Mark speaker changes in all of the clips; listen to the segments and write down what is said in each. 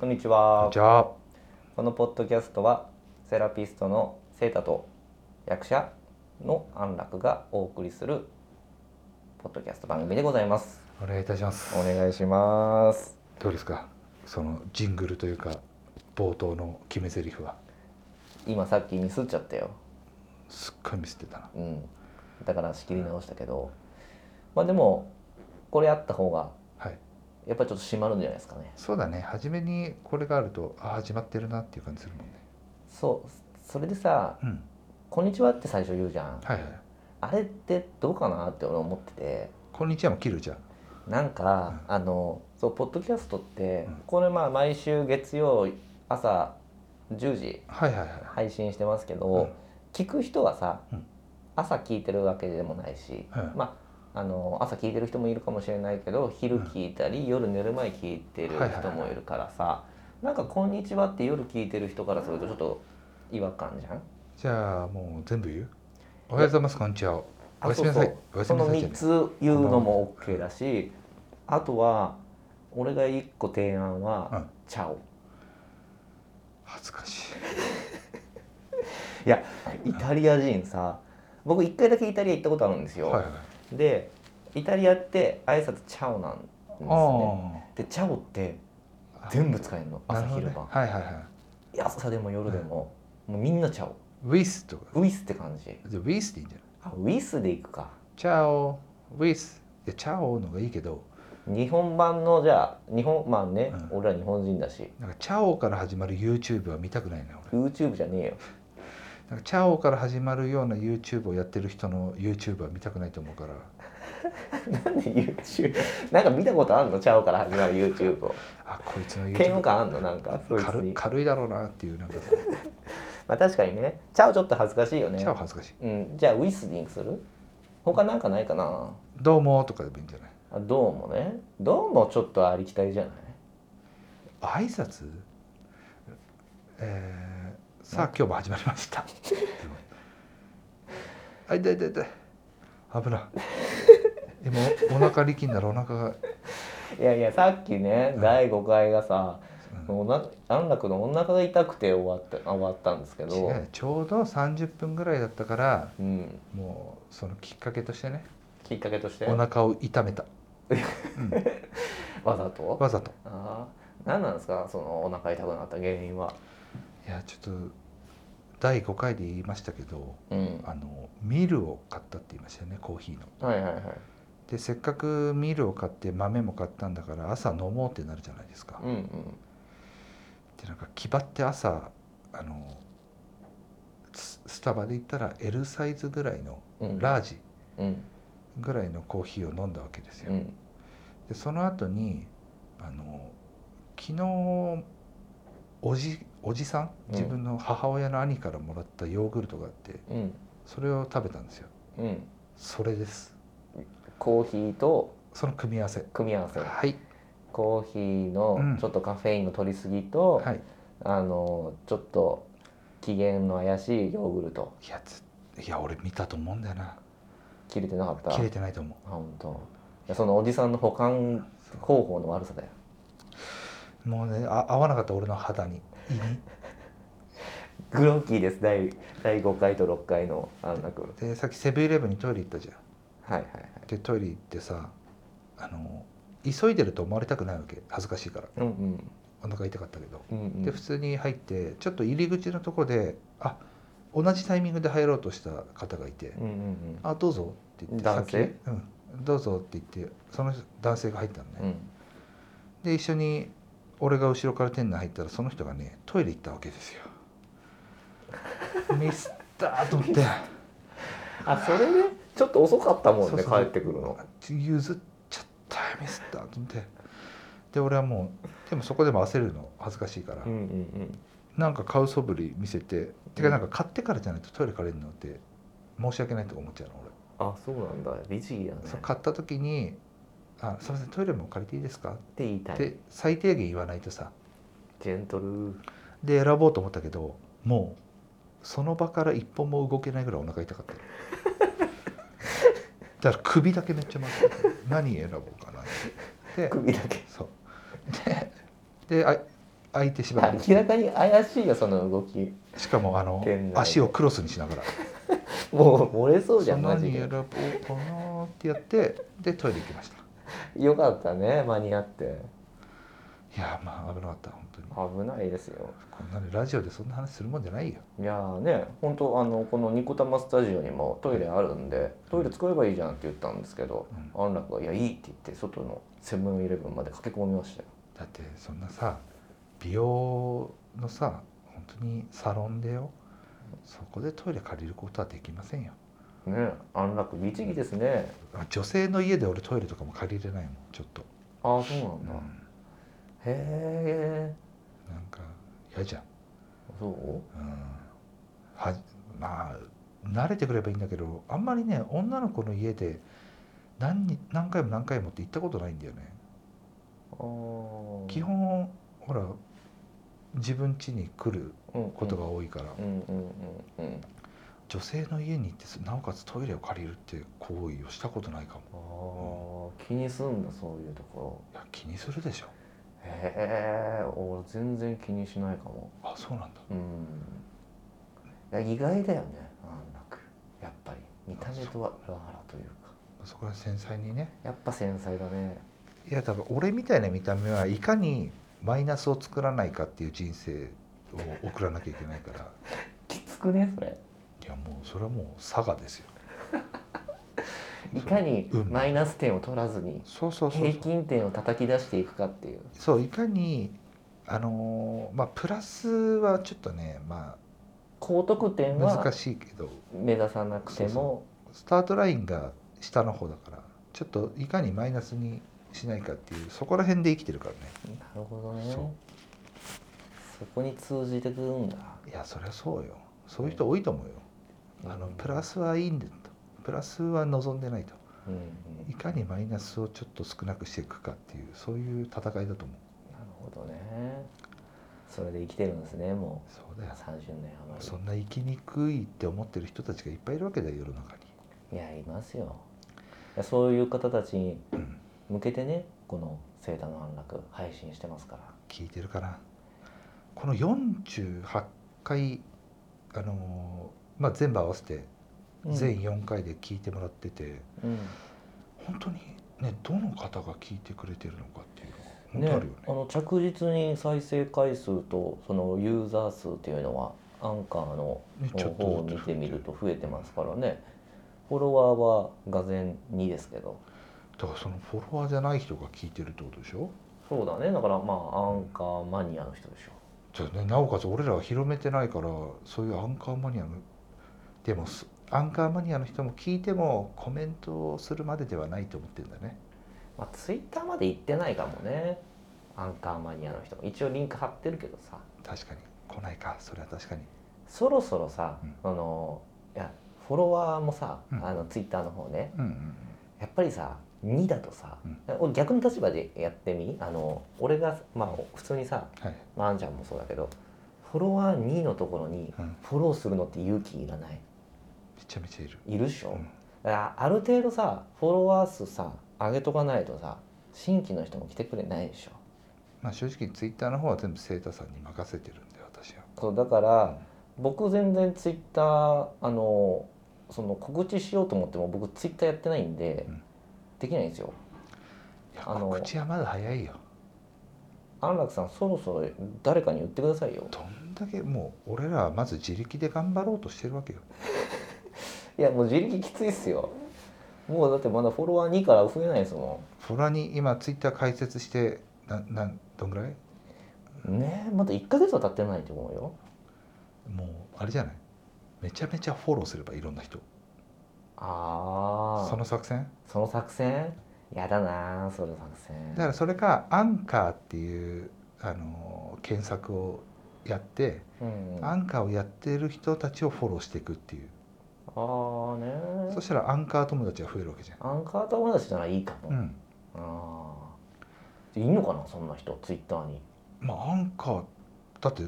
Speaker 1: こんにち
Speaker 2: こん
Speaker 1: は
Speaker 2: にちは。
Speaker 1: このポッドキャストはセラピストのセータと役者の安楽がお送りするポッドキャスト番組でございます
Speaker 2: お願いいたします。
Speaker 1: お願いします
Speaker 2: どうですか。そのジングルというか冒頭の決め台詞は
Speaker 1: 今さっきミスっちゃったよ
Speaker 2: すっごいミスってたな。
Speaker 1: うんだから仕切り直したけどまあでもこれあった方が
Speaker 2: はい。
Speaker 1: やっぱりちょっと締まるんじゃないですかね
Speaker 2: そうだね。初めにこれがあるとあ始まってるなっていう感じするもんね。
Speaker 1: そうそれでさ
Speaker 2: うん。
Speaker 1: 「こんにちは」って最初言うじゃん、
Speaker 2: はいはい。
Speaker 1: あれってどうかなって俺思ってて
Speaker 2: こんにちはも切るじゃん。
Speaker 1: なんか、あのそうポッドキャストって、
Speaker 2: うん
Speaker 1: これまあ毎週月曜朝10時
Speaker 2: はいはいはい。
Speaker 1: 配信してますけど、
Speaker 2: うん
Speaker 1: 聞く人はさ、
Speaker 2: うん
Speaker 1: 朝聞いてるわけでもないし、
Speaker 2: うん
Speaker 1: まああの朝聞いてる人もいるかもしれないけど昼聞いたり、夜寝る前聞いてる人もいるからさ、なんか「こんにちは」って夜聞いてる人からするとちょっと違和感じゃん
Speaker 2: じゃあもう全部言う。おはようございます。こんにちは。
Speaker 1: あ
Speaker 2: おやすみなさい。お
Speaker 1: そうそ
Speaker 2: やす
Speaker 1: うそ
Speaker 2: みな
Speaker 1: の
Speaker 2: さいじゃ
Speaker 1: 3
Speaker 2: ね
Speaker 1: つ言うのも OK だしあとは俺が1個提案
Speaker 2: う
Speaker 1: は
Speaker 2: ん
Speaker 1: 「チャオ
Speaker 2: 恥ずかしい。」
Speaker 1: いやイタリア人さ僕1回だけイタリア行ったことあるんですよ、
Speaker 2: はいはい。
Speaker 1: でイタリアって挨拶チャオ」なんですね
Speaker 2: あ
Speaker 1: で「チャオ」って
Speaker 2: あ。
Speaker 1: 全部使えるの
Speaker 2: なる
Speaker 1: 朝
Speaker 2: ほどね
Speaker 1: 昼晩、
Speaker 2: はいはいはい。
Speaker 1: いや朝でも夜でも、もうみんな「チャオ
Speaker 2: ウィスとか」。
Speaker 1: ウィスって感じ
Speaker 2: じゃあウィスでいいんじゃな
Speaker 1: あ
Speaker 2: い。
Speaker 1: ウィスで行くか
Speaker 2: チャオウィス。いやチャオの方がいいけど。
Speaker 1: 日本版のじゃあ日本まあね、
Speaker 2: う
Speaker 1: 俺ら日本人だし
Speaker 2: なんかチャオから始まる YouTube は見たくないな俺
Speaker 1: YouTube じゃねえよ
Speaker 2: なんかチャオから始まるような YouTube をやってる人の YouTube は見たくないと思うから
Speaker 1: なんで YouTube なんか見たことあんのちゃうから始まる YouTube を
Speaker 2: あこいつの
Speaker 1: 嫌
Speaker 2: YouTube
Speaker 1: 悪感あんのなんかそいつ
Speaker 2: 軽
Speaker 1: に
Speaker 2: 軽いだろうなっていうなんかさ
Speaker 1: まあ確かにねちゃうちょっと恥ずかしいよね
Speaker 2: チャオ恥ずかしい
Speaker 1: うんじゃあウィスにする他なんかないかな
Speaker 2: 「どうも」とかでもいいんじゃない
Speaker 1: あどうもねどうもちょっとありきたりじゃない
Speaker 2: 挨拶えー、さあ今日も始まりましたあ痛い痛い痛い危ない今お腹力んだらお腹が
Speaker 1: いやいやさっきね第5回がさ、
Speaker 2: う
Speaker 1: おな安楽のお腹が痛くて終わった終わったんですけど
Speaker 2: 違うちょうど30分ぐらいだったから
Speaker 1: うん、
Speaker 2: もうそのきっかけとしてね
Speaker 1: きっかけとして
Speaker 2: お腹を痛めた
Speaker 1: わざと
Speaker 2: わざと
Speaker 1: あー何なんですかそのお腹痛くなった原因は、
Speaker 2: いやちょっと第5回で言いましたけど
Speaker 1: うん、
Speaker 2: あのミルを買ったって言いましたよねコーヒーの
Speaker 1: はいはいはい
Speaker 2: でせっかくミルを買って豆も買ったんだから朝飲もうってなるじゃないですか
Speaker 1: うんうん
Speaker 2: でなんか気張って朝あのススタバで行ったら L サイズぐらいの
Speaker 1: うん
Speaker 2: ラージ
Speaker 1: うん
Speaker 2: ぐらいのコーヒーを飲んだわけですよ、
Speaker 1: うん
Speaker 2: でその後にあの昨日おじおじさん
Speaker 1: うん
Speaker 2: 自分の母親の兄からもらったヨーグルトがあって、
Speaker 1: うん
Speaker 2: それを食べたんですよ
Speaker 1: うん
Speaker 2: それです
Speaker 1: コーヒーと
Speaker 2: その組み合わせ
Speaker 1: 組み合わせ
Speaker 2: はい
Speaker 1: コーヒー
Speaker 2: う
Speaker 1: の
Speaker 2: ん
Speaker 1: ちょっとカフェインの取りすぎと、
Speaker 2: はい
Speaker 1: あのちょっと機嫌の怪しいヨーグルト
Speaker 2: いやついや俺見たと思うんだよな
Speaker 1: 切れてなかった
Speaker 2: 切れてないと思
Speaker 1: あ本当いやそのおじさんの保管方法の悪さだよ
Speaker 2: うもうねあ合わなかった俺の肌に胃に
Speaker 1: グロッキーです第第5回と6回の安楽
Speaker 2: でさっきセブンイレブンにトイレ行ったじゃん
Speaker 1: はいはいはい
Speaker 2: でトイレ行ってさあの急いでると思われたくないわけ恥ずかしいから
Speaker 1: うんうん
Speaker 2: お腹痛かったけど
Speaker 1: うんうん
Speaker 2: で普通に入ってちょっと入り口のとこであ同じタイミングで入ろうとした方がいて
Speaker 1: うんうん
Speaker 2: 「あどうぞ」って言って
Speaker 1: 男性
Speaker 2: さっきうん「どうぞ」って言ってその男性が入ったのね、
Speaker 1: うん
Speaker 2: で一緒に俺が後ろから店内入ったらその人がねトイレ行ったわけで すよミスったーと思って
Speaker 1: あそれでちょっと遅かったもん
Speaker 2: そう
Speaker 1: ね
Speaker 2: そうそう
Speaker 1: 帰ってくるの
Speaker 2: 譲っちゃったミスったと思ってで俺はもうでもそこでも焦るの恥ずかしいから、
Speaker 1: うんうん
Speaker 2: なんか買うそぶり見せててかなんか買ってからじゃないとトイレ借りるのって申し訳ないとか思っちゃうの俺、
Speaker 1: うんあそうなんだ律儀だね
Speaker 2: そう
Speaker 1: っ
Speaker 2: 買った時に「あすいませんトイレも借りていいですか?」
Speaker 1: て言いた
Speaker 2: っ
Speaker 1: い
Speaker 2: て最低限言わないとさ
Speaker 1: ジェントル
Speaker 2: で選ぼうと思ったけどもうその場から一歩も動けないぐらいお腹痛かったのだから首だけめっちゃ回ってた何選ぼうかなってで
Speaker 1: 首だけ
Speaker 2: そうでであ開いてしまいまし
Speaker 1: 明らかに怪しいよその動き
Speaker 2: たしかもあの
Speaker 1: 店内で
Speaker 2: 足をクロスにしながら
Speaker 1: もう漏れそうじゃ
Speaker 2: そ
Speaker 1: ん
Speaker 2: ん
Speaker 1: マ
Speaker 2: な
Speaker 1: ジ
Speaker 2: に
Speaker 1: で
Speaker 2: 選ぼうかなってやってでトイレ行きました
Speaker 1: よかったね間に合って
Speaker 2: いやまあ危なかった本当に
Speaker 1: 危ないですよ
Speaker 2: こんなにラジオでそんな話するもんじゃないよ
Speaker 1: いやーね本当あのこのニコタマスタジオにもトイレあるんでトイレ使えばいいじゃんって言ったんですけど、安楽が「いやいい」って言って外のセブンイレブンまで駆け込みましたよ
Speaker 2: だってそんなさ美容のさ本当にサロンでよそこでトイレ借りることはできませんよ
Speaker 1: ね安楽律儀ですね
Speaker 2: 女性の家で俺トイレとかも借りれないもんちょっと、
Speaker 1: ああそうなん
Speaker 2: うん、
Speaker 1: だ、
Speaker 2: なん
Speaker 1: へえ
Speaker 2: か嫌じゃん、
Speaker 1: そう
Speaker 2: うん、はまあ慣れてくればいいんだけどあんまりね女の子の家で何に何回も何回もって行ったことないんだよね
Speaker 1: ああ
Speaker 2: 基本ほら自分家に来る
Speaker 1: こ
Speaker 2: ことが多いから、
Speaker 1: うんうんうんうん
Speaker 2: 女性の家に行ってなおかつトイレを借りるっていう行為をしたことないかも
Speaker 1: ああ気にすんだそういうとこ
Speaker 2: いや気にするでしょ
Speaker 1: ろへえ俺全然気にしないかも
Speaker 2: あそうなんだ
Speaker 1: うんいや意外だよね安楽やっぱり見た目とは裏腹というか
Speaker 2: そこら繊細にね
Speaker 1: やっぱ繊細だね
Speaker 2: いや多分俺みたいな見た目はいかにマイナスを作らないかっていう人生を送らなきゃいけないから
Speaker 1: きつくねそれ
Speaker 2: いやもうそれはもう差がですよ
Speaker 1: いかに
Speaker 2: うん
Speaker 1: マイナス点を取らずに
Speaker 2: そうそうそう
Speaker 1: 平
Speaker 2: そう
Speaker 1: 均点を叩き出していくかっていう
Speaker 2: そういかにあのーまあプラスはちょっとねま
Speaker 1: 高得
Speaker 2: あ
Speaker 1: 点
Speaker 2: 難
Speaker 1: は
Speaker 2: しいけど
Speaker 1: 目指さなくても
Speaker 2: スタートラインが下の方だからちょっといかにマイナスにしないかっていうそこら辺で生きてるからね
Speaker 1: なるほどね
Speaker 2: そう
Speaker 1: そこに通じてくるんだ
Speaker 2: いやそりゃそうよそういう人多いと思うよあのプラスはいいんだとプラスは望んでないと
Speaker 1: うんうん
Speaker 2: いかにマイナスをちょっと少なくしていくかっていうそういう戦いだと思う
Speaker 1: なるほどねそれで生きてるんですねも
Speaker 2: そう
Speaker 1: う
Speaker 2: だよ
Speaker 1: 30年余
Speaker 2: そんな生きにくいって思ってる人たちがいっぱいいるわけだよ世の中に
Speaker 1: りいやいますよいやそういう方たちに向けてねこの「聖太の安楽」配信してますから
Speaker 2: 聞いてるかなこの48回あのーまあ全部合わせて
Speaker 1: うん
Speaker 2: 全4回で聞いてもらってて、
Speaker 1: うん
Speaker 2: 本当にねどの方が聞いてくれてるのかっていうのが本
Speaker 1: ね
Speaker 2: 当あるよね
Speaker 1: あの着実に再生回数とそのユーザー数っていうのはアンカーの
Speaker 2: ねちょっと
Speaker 1: 方を
Speaker 2: ず
Speaker 1: 見
Speaker 2: つ増え
Speaker 1: て
Speaker 2: て
Speaker 1: みると増えてますからねフォロワーはがぜん2ですけど
Speaker 2: だからそのフォロワーじゃない人が聞いてるってことでしょ
Speaker 1: そうだねだからまあアンカーマニアの人でしょ
Speaker 2: じゃあねなおかつ俺らは広めてないからそういうアンカーマニアのでもすアンカーマニアの人も聞いてもコメントをするまでではないと思ってるんだね
Speaker 1: まあ、ツイッターまで行ってないかもねアンカーマニアの人一応リンク貼ってるけどさ
Speaker 2: 確かに来ないかそれは確かに
Speaker 1: そろそろさ、
Speaker 2: うん
Speaker 1: あのいやフォロワーもさ、
Speaker 2: うん
Speaker 1: あのツイッターの方ね
Speaker 2: うんうん
Speaker 1: やっぱりさ2だとさ、俺逆の立場でやってみあの俺がまあ普通にさ
Speaker 2: はい、
Speaker 1: まああんちゃんもそうだけどフォロワー2のところに
Speaker 2: うん、
Speaker 1: フォローするのって勇気いらない
Speaker 2: めちゃめちゃいる
Speaker 1: いるっしょ、
Speaker 2: うん
Speaker 1: だからある程度さフォロワー数さ上げとかないとさ新規の人も来てくれないでしょ
Speaker 2: まあ正直ツイッターの方は全部セータさんに任せてるんで私は
Speaker 1: そうだから僕全然ツイッターあのその告知しようと思っても僕ツイッターやってないんで、
Speaker 2: うん
Speaker 1: できないんですよ
Speaker 2: いや
Speaker 1: あの
Speaker 2: 告知はまだ早いよ
Speaker 1: 安楽さんそろそろ誰かに言ってくださいよ
Speaker 2: どんだけもう俺らはまず自力で頑張ろうとしてるわけよ
Speaker 1: いやもう自力きついっすよもうだってまだフォロワー2から増えないですも
Speaker 2: フォロワーに今ツイッター開設してななんどんぐらい
Speaker 1: んねえまだ1ヶ月は経ってないと思うよ
Speaker 2: もうあれじゃないめちゃめちゃフォローすればいろんな人
Speaker 1: ああ
Speaker 2: その作戦
Speaker 1: その作戦やだなあその作戦
Speaker 2: だからそれかアンカーっていう、あのー検索をやって、
Speaker 1: うんうん、
Speaker 2: ア
Speaker 1: あ
Speaker 2: ンカーをやってる人たちをフォローしていくっていう、
Speaker 1: あーねえ
Speaker 2: そしたらアンカー友達が増えるわけじゃん、
Speaker 1: アンカー友達ならいいかも、
Speaker 2: うん
Speaker 1: ああいいのかなそんな人ツイッターに
Speaker 2: まあアンカーだって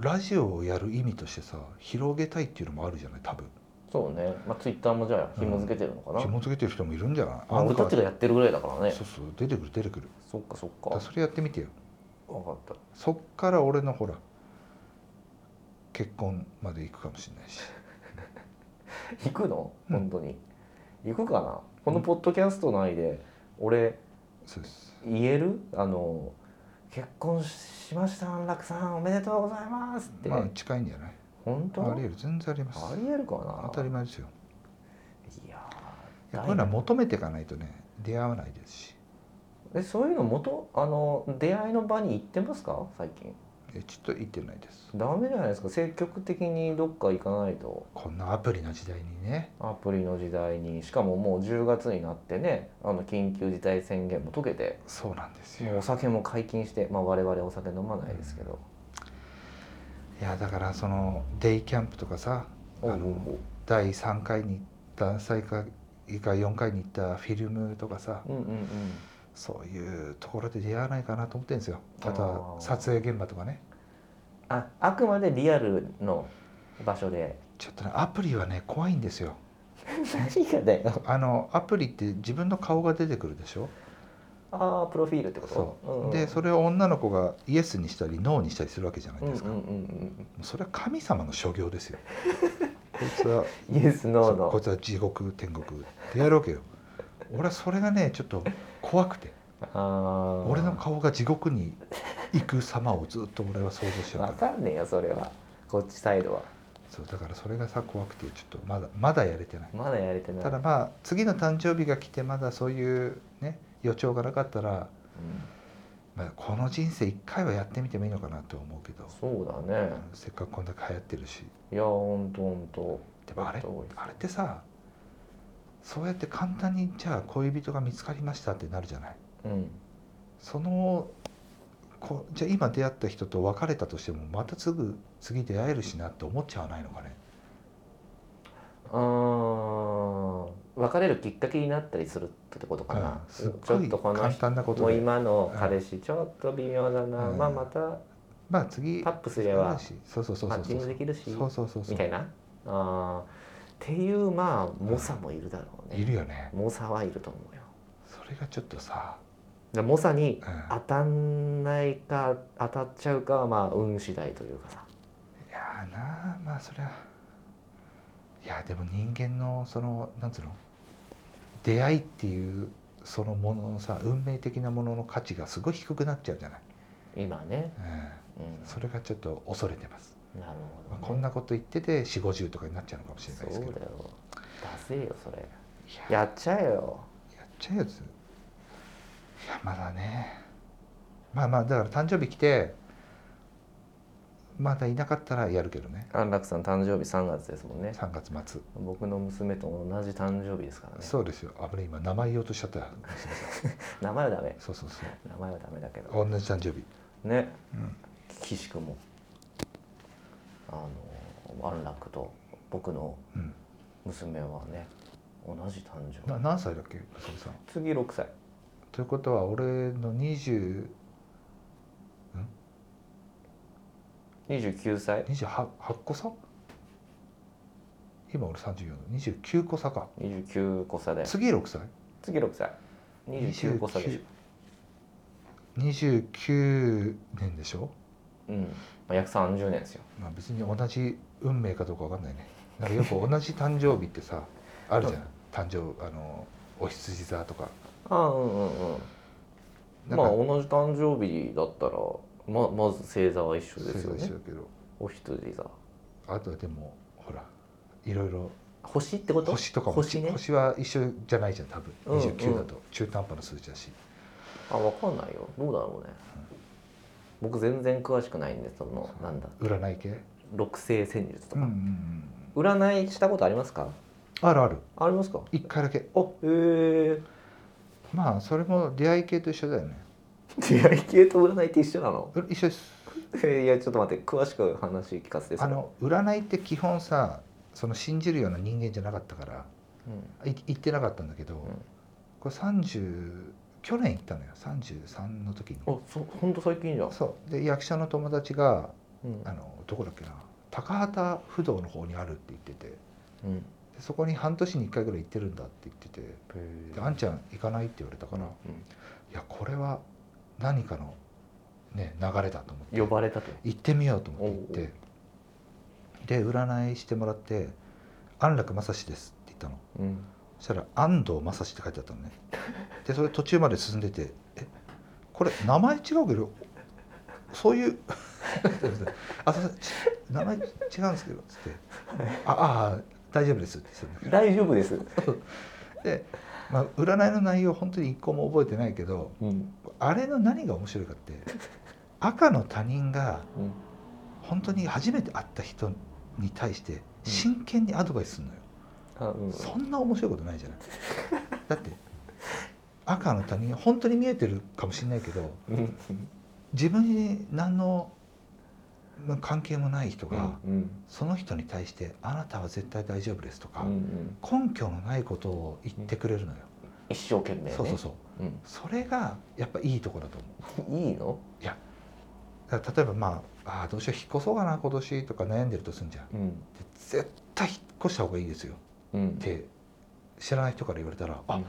Speaker 2: ラジオをやる意味としてさ広げたいっていうのもあるじゃない多分
Speaker 1: そうね、まあ、ツイッターもじゃあ紐付けてるのかな、
Speaker 2: 紐付けてる人もいるんじゃない
Speaker 1: まあ、俺たち
Speaker 2: アン
Speaker 1: がやってるぐらいだから
Speaker 2: カー
Speaker 1: ね
Speaker 2: そうそう出てくる出てくる
Speaker 1: そっかそっ
Speaker 2: だから
Speaker 1: か
Speaker 2: それやってみてよ
Speaker 1: 分かった
Speaker 2: そっから俺のほら結婚まで行くかもしれないし
Speaker 1: 行くの
Speaker 2: うん
Speaker 1: 本当に、行くかなこのポッドキャスト内で俺
Speaker 2: そうです
Speaker 1: 言えるあの結婚しました安楽さんおめでとうございますって、
Speaker 2: まあ近いんじゃない
Speaker 1: 本当
Speaker 2: ありえる全然あります
Speaker 1: ありえるかな
Speaker 2: 当たり前ですよ
Speaker 1: いや
Speaker 2: い
Speaker 1: ー
Speaker 2: やこういうのは求めていかないとね出会わないですし
Speaker 1: えそういうの元あの出会いの場に行ってますか最近
Speaker 2: えちょっと行ってないです
Speaker 1: ダメじゃないですか積極的にどっか行かないと
Speaker 2: こんなアプリの時代にね
Speaker 1: アプリの時代にしかももう10月になってねあの緊急事態宣言も解けて
Speaker 2: そうなんです
Speaker 1: もう
Speaker 2: よ
Speaker 1: お酒も解禁して、まあ、我々お酒飲まないですけど、
Speaker 2: いやだからそのデイキャンプとかさあ
Speaker 1: おうおう
Speaker 2: の第3回に第3回か4回に行ったフィルムとかさ
Speaker 1: おううんうんうん
Speaker 2: そういうところで出会わないかなと思ってるんですよあと
Speaker 1: あー
Speaker 2: は撮影現場とかね
Speaker 1: ああくまでリアルの場所で
Speaker 2: ちょっとねアプリはね怖いんですよ
Speaker 1: 何がだよ
Speaker 2: あのアプリって自分の顔が出てくるでしょ
Speaker 1: ああプロフィールってこと
Speaker 2: そう、
Speaker 1: んん、
Speaker 2: でそれを女の子がイエスにしたりノーにしたりするわけじゃない
Speaker 1: うんう
Speaker 2: で
Speaker 1: ん
Speaker 2: すか、
Speaker 1: うんうん
Speaker 2: もうそれは神様の所 業ですよこいつは
Speaker 1: うんイエスノー
Speaker 2: こい
Speaker 1: の
Speaker 2: つは地獄天国ってやるわけよ俺はそれがねちょっと怖くて
Speaker 1: あー
Speaker 2: 俺の顔が地獄に行く様をずっと俺は想像しちゃう
Speaker 1: わ
Speaker 2: から
Speaker 1: かんねえよそれはこっちサイドは
Speaker 2: そうだからそれがさ怖くてちょっとまだまだやれてない
Speaker 1: まだやれてない
Speaker 2: ただまあ次の誕生日が来てまだそういうね予兆がなかったら、
Speaker 1: うん
Speaker 2: まあ、この人生一回はやってみてもいいのかなと思うけど、
Speaker 1: そうだね
Speaker 2: せっかくこんだけ流行ってるし
Speaker 1: いやほんとほんと
Speaker 2: でもあれ
Speaker 1: 多いです
Speaker 2: あれってさそうやって簡単にじゃあ恋人が見つかりましたってなるじゃない
Speaker 1: うん
Speaker 2: そのこじゃあ今出会った人と別れたとしてもまたすぐ次出会えるしなって思っちゃわないのかね
Speaker 1: うーん別れるきっかけになったりするってことかな、
Speaker 2: うんすっ
Speaker 1: ち
Speaker 2: ご
Speaker 1: ょっ
Speaker 2: い
Speaker 1: とこの
Speaker 2: 簡
Speaker 1: 人
Speaker 2: 単なこと
Speaker 1: もう
Speaker 2: で
Speaker 1: 今の彼氏ちょっと微妙だな、
Speaker 2: うん
Speaker 1: まあまた
Speaker 2: まあ次
Speaker 1: タップすれば
Speaker 2: そうそうそう
Speaker 1: マ
Speaker 2: そ
Speaker 1: ッ
Speaker 2: うそ
Speaker 1: チン
Speaker 2: う
Speaker 1: グできるし
Speaker 2: そうそうそうそ
Speaker 1: みた
Speaker 2: う
Speaker 1: いなあーっていうまあ猛者もいるだろう
Speaker 2: い
Speaker 1: ね
Speaker 2: るよね
Speaker 1: 猛者はいると思うよ
Speaker 2: それがちょっとさ、
Speaker 1: で猛者に
Speaker 2: うん、
Speaker 1: 当たんないか当たっちゃうかはまあ運次第というかさ
Speaker 2: いやーなあまあそりゃいやでも人間のそのなんつうの出会いっていうそのもののさ運命的なものの価値がすごい低くなっちゃうじゃない、
Speaker 1: 今ね、
Speaker 2: うん、
Speaker 1: う
Speaker 2: それがちょっと恐れてます、
Speaker 1: ん、なるほど、
Speaker 2: ま
Speaker 1: ね
Speaker 2: あ、こんなこと言ってて4 5 0とかになっちゃうのかもしれない
Speaker 1: そう
Speaker 2: ですけど
Speaker 1: だよ出せよそれ
Speaker 2: いや
Speaker 1: やっちゃえよ
Speaker 2: やっちゃうやついやまだねまあまあだから誕生日来てまだいなかったらやるけどね
Speaker 1: 安楽さん誕生日3月ですもんね
Speaker 2: 3月末
Speaker 1: 僕の娘と同じ誕生日ですからね
Speaker 2: そうですよ危ない今名前言おうとしちゃったよすいません
Speaker 1: 名前はダメ
Speaker 2: そうそうそう
Speaker 1: 名前はダメだけど
Speaker 2: 同じ誕生日
Speaker 1: ね、
Speaker 2: うん
Speaker 1: 岸君もあの安楽と僕の
Speaker 2: うん
Speaker 1: 娘はね同じ誕生
Speaker 2: な
Speaker 1: 日
Speaker 2: 何歳だっけ浅見さん
Speaker 1: 次6歳
Speaker 2: ということは俺の2028
Speaker 1: 29歳
Speaker 2: 8個差今俺34の29個差か
Speaker 1: 29個差で
Speaker 2: 次6歳
Speaker 1: 次6歳29個差でしょ、
Speaker 2: 29年でしょ、
Speaker 1: うんまあ、約30年ですよ
Speaker 2: まあ、別に同じ運命かどうかわかんないねなんかよく同じ誕生日って さあるじゃん誕生あのお羊座とか
Speaker 1: ああうんうんうん
Speaker 2: なん
Speaker 1: まあ
Speaker 2: か
Speaker 1: 同じ誕生日だったらままず星座は一緒ですよ
Speaker 2: そうでし
Speaker 1: ね
Speaker 2: ょうけど
Speaker 1: お羊座
Speaker 2: あとはでもほらいろいろ
Speaker 1: 星ってこと
Speaker 2: 星とかも
Speaker 1: 星
Speaker 2: 星,、
Speaker 1: ね
Speaker 2: は一緒じゃないじゃん多分
Speaker 1: うん
Speaker 2: 29だと中途半端な数字だし、
Speaker 1: あわかんないよどうだろうね僕全然詳しくないんでそのなんだ
Speaker 2: 占い系、
Speaker 1: 六星戦術と
Speaker 2: うんうんう
Speaker 1: か、
Speaker 2: ん
Speaker 1: 占いしたことありますか
Speaker 2: あるある
Speaker 1: ありますか
Speaker 2: 1回だけ
Speaker 1: あへえ
Speaker 2: まあそれも出会い系と一緒だよね
Speaker 1: 出 会い系と占いって一緒な の
Speaker 2: う一緒です
Speaker 1: いやちょっと待って詳しく話聞かせて
Speaker 2: あの占いって基本さその信じるような人間じゃなかったから
Speaker 1: うん
Speaker 2: い行ってなかったんだけど、
Speaker 1: ん
Speaker 2: これ30去年行ったのよ33の時に
Speaker 1: あそほんと最近じゃん、
Speaker 2: そうで役者の友達が
Speaker 1: うん
Speaker 2: あのどこだっけな高畑不動の方にあるって言ってて
Speaker 1: うん、
Speaker 2: でそこに半年に1回ぐらい行ってるんだって言ってて
Speaker 1: へ
Speaker 2: で「あんちゃん行かない?」って言われたから「いやこれは何かのね流れだと思って
Speaker 1: 呼ばれたと
Speaker 2: 行ってみようと思って行ってで占いしてもらって「安楽正史です」って言ったの
Speaker 1: うん
Speaker 2: そしたら「安藤正史」って書いてあったのねでそれ途中まで進んでて「えこれ名前違うけどそういう あすいませんち名前違うんですけど」つって「ああ大丈夫です」って言ってたの
Speaker 1: 大丈夫です、
Speaker 2: で、まあ、占いの内容本当に一個も覚えてないけど
Speaker 1: うん
Speaker 2: あれの何が面白いかって赤の他人が
Speaker 1: うん、
Speaker 2: 本当に初めて会った人に対して真剣にアドバイスするのよ、
Speaker 1: あうん
Speaker 2: そんな面白いことないじゃないだって赤の他人本当に見えてるかもしれないけど
Speaker 1: うん
Speaker 2: 自分に何のまあ関係もない人
Speaker 1: う
Speaker 2: が、
Speaker 1: んうん
Speaker 2: その人に対して「あなたは絶対大丈夫です」とか、
Speaker 1: うん
Speaker 2: 根拠のないことを言ってくれるのよ、
Speaker 1: 一生懸命ね
Speaker 2: そうそうそう
Speaker 1: うん
Speaker 2: それがやっぱいいとこだと思う
Speaker 1: いいの
Speaker 2: だから例えばまああーどうしよう引っ越そうかな今年とか悩んでるとすんじゃん
Speaker 1: うん
Speaker 2: 絶対引っ越した方がいいですよ
Speaker 1: うん
Speaker 2: って知らない人から言われたらあ
Speaker 1: うん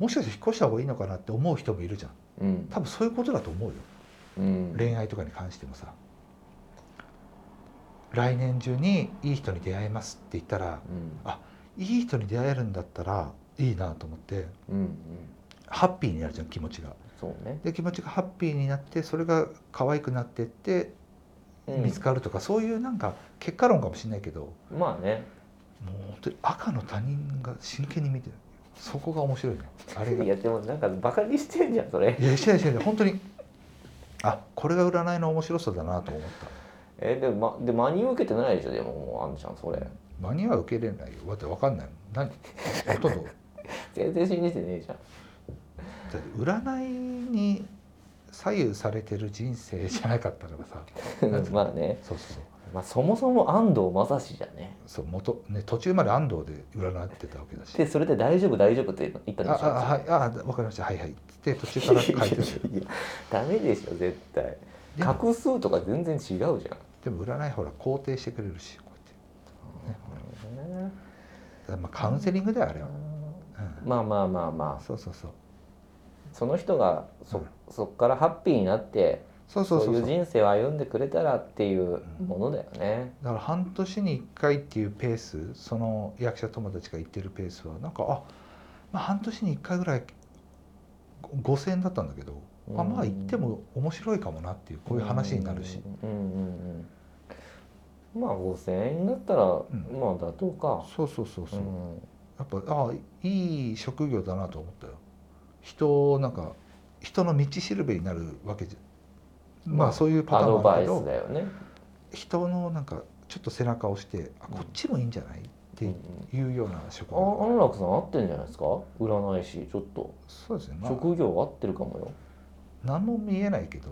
Speaker 2: もしかして引っ越した方がいいのかなって思う人もいるじゃん
Speaker 1: うん
Speaker 2: 多分そういうことだと思うよ
Speaker 1: うん
Speaker 2: 恋愛とかに関してもさ来年中にいい人に出会えますって言ったら
Speaker 1: うん
Speaker 2: いい人に出会えるんだったらいいなと思って
Speaker 1: うんうん
Speaker 2: ハッピーになるじゃん気持ちが
Speaker 1: そうね
Speaker 2: で気持ちがハッピーになってそれが可愛くなってって
Speaker 1: うん
Speaker 2: 見つかるとか、そういうなんか結果論かもしれないけども
Speaker 1: まあね
Speaker 2: う本当に赤の他人が真剣に見てるそこが面白いねあれが
Speaker 1: いやでもなんかバカにしてんじゃんそれ
Speaker 2: いやしてないしてない本当にあこれが占いの面白さだなと思った
Speaker 1: えでもまで真に受けてないでしょでももうあんちゃんそれ
Speaker 2: 間には受け入れないよだって分かんないもん何ほとんどだ
Speaker 1: 全然信じてねえじゃん
Speaker 2: って占いに左右されてる人生じゃなかったからさ
Speaker 1: うんまあね、
Speaker 2: そうそうそう
Speaker 1: まあ、そもそも安藤正史じゃね
Speaker 2: そう元、ね、途中まで安藤で占ってたわけだし
Speaker 1: でそれで「大丈夫大丈夫」って言ったん
Speaker 2: あ
Speaker 1: でしょ
Speaker 2: あはいあ分かりましたはいはいっつって途中から書い て
Speaker 1: いや
Speaker 2: る
Speaker 1: いやダメでしょ絶対
Speaker 2: でも
Speaker 1: 画数とか全然違うじゃん
Speaker 2: でも占いほら肯定してくれるしこう
Speaker 1: ね
Speaker 2: やってだからまあカウンセリングだよあれは、
Speaker 1: まあまあまあ
Speaker 2: うん、
Speaker 1: まあ
Speaker 2: そうそうそう
Speaker 1: その人がそ,、
Speaker 2: うん
Speaker 1: そっからハッピーになって
Speaker 2: そう
Speaker 1: そ
Speaker 2: そうう
Speaker 1: い
Speaker 2: そうそうう
Speaker 1: 人生を歩んでくれたらっていうものだよね、
Speaker 2: だから半年に1回っていうペースその役者友達が言ってるペースはなんかあ、まあ、半年に1回ぐらいご5000円だったんだけど、あまあ行っても面白いかもなっていうこういう話になるし、
Speaker 1: うんうんうんまあ5,000円だったら、
Speaker 2: ん
Speaker 1: まあ妥当か
Speaker 2: そうそうそうそう、
Speaker 1: ん
Speaker 2: やっぱあいい職業だなと思ったよ人をなんか人の道しるべになるわけじゃま
Speaker 1: ま
Speaker 2: あ
Speaker 1: あ
Speaker 2: そういうパ
Speaker 1: ア
Speaker 2: ター
Speaker 1: ド
Speaker 2: ンもあ
Speaker 1: バイ
Speaker 2: るけ
Speaker 1: ス
Speaker 2: ど
Speaker 1: だよね、
Speaker 2: 人のなんかちょっと背中を押してあ
Speaker 1: うん
Speaker 2: こっちもいいんじゃないって
Speaker 1: うんう
Speaker 2: い
Speaker 1: ん
Speaker 2: うような職
Speaker 1: あ
Speaker 2: 業
Speaker 1: 安楽さん合ってんじゃないですか占い師ちょっと
Speaker 2: そうですね、まあ、
Speaker 1: 職業合ってるかもよ
Speaker 2: 何も見えないけど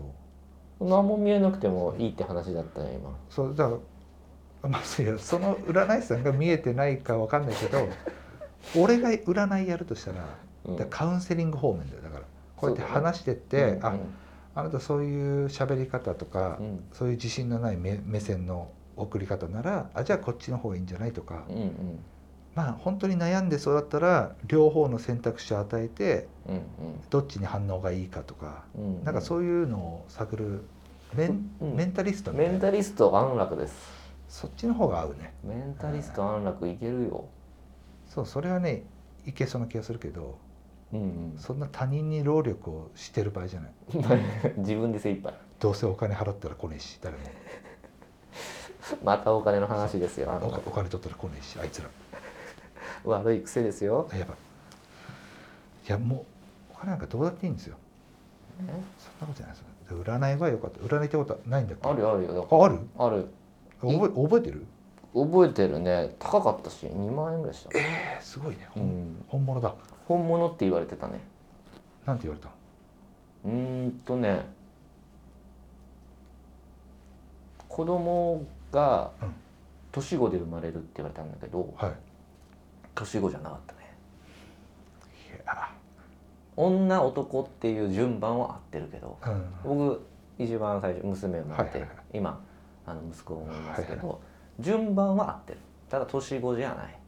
Speaker 1: 何も見えなくてもいいって話だったよ今
Speaker 2: そうだからまあいやその占い師さんが見えてないかわかんないけ ど俺が占いやるとしたら
Speaker 1: うん
Speaker 2: だからカウンセリング方面だよだからこうやって話してって、
Speaker 1: うん
Speaker 2: ああなたそういう喋り方とか、
Speaker 1: うん
Speaker 2: そういう自信のない目目線の送り方ならあじゃあこっちの方がいいんじゃないとか、
Speaker 1: うんうん
Speaker 2: まあ本当に悩んでそうだったら両方の選択肢を与えて
Speaker 1: うん
Speaker 2: どっちに反応がいいかとか、
Speaker 1: うんうん
Speaker 2: なんかそういうのを探るメン,、
Speaker 1: うん
Speaker 2: メンタリストみた
Speaker 1: メ
Speaker 2: いな
Speaker 1: ンタリスト安楽です
Speaker 2: そっちの方が合うね
Speaker 1: メンタリスト安楽いけるよ
Speaker 2: そうそれはねいけそうな気がするけど
Speaker 1: うんうん
Speaker 2: そんな他人に労力をしてる場合じゃない
Speaker 1: 自分で精一杯
Speaker 2: どうせお金払ったら来ねえし誰も
Speaker 1: またお金の話です よ安
Speaker 2: お
Speaker 1: 楽
Speaker 2: お金取ったら来ねえしあいつら
Speaker 1: 悪い癖ですよ、
Speaker 2: あやばいいやもうお金なんかどうだっていいんですよ
Speaker 1: ね
Speaker 2: そんなことじゃないですよ占いはよかった占いってことはないんだっけ
Speaker 1: あるよあるよ
Speaker 2: あある
Speaker 1: ある
Speaker 2: 覚え覚えてる
Speaker 1: 覚えてるね高かったし2万円ぐらいした、
Speaker 2: えーすごいね、
Speaker 1: う
Speaker 2: ほん
Speaker 1: ん、
Speaker 2: 本物だ
Speaker 1: 本物って言われてたね
Speaker 2: なんて言われたの
Speaker 1: うーんとね子供が
Speaker 2: うん
Speaker 1: 年子で生まれるって言われたんだけど
Speaker 2: はい
Speaker 1: 年子じゃなかったね
Speaker 2: いや
Speaker 1: 女男っていう順番は合ってるけど
Speaker 2: ーうん
Speaker 1: 僕一番最初娘を産んで、
Speaker 2: はいはいはい
Speaker 1: 今あの息子を産みますけど、
Speaker 2: はい
Speaker 1: 順番は合ってるただ年子じゃない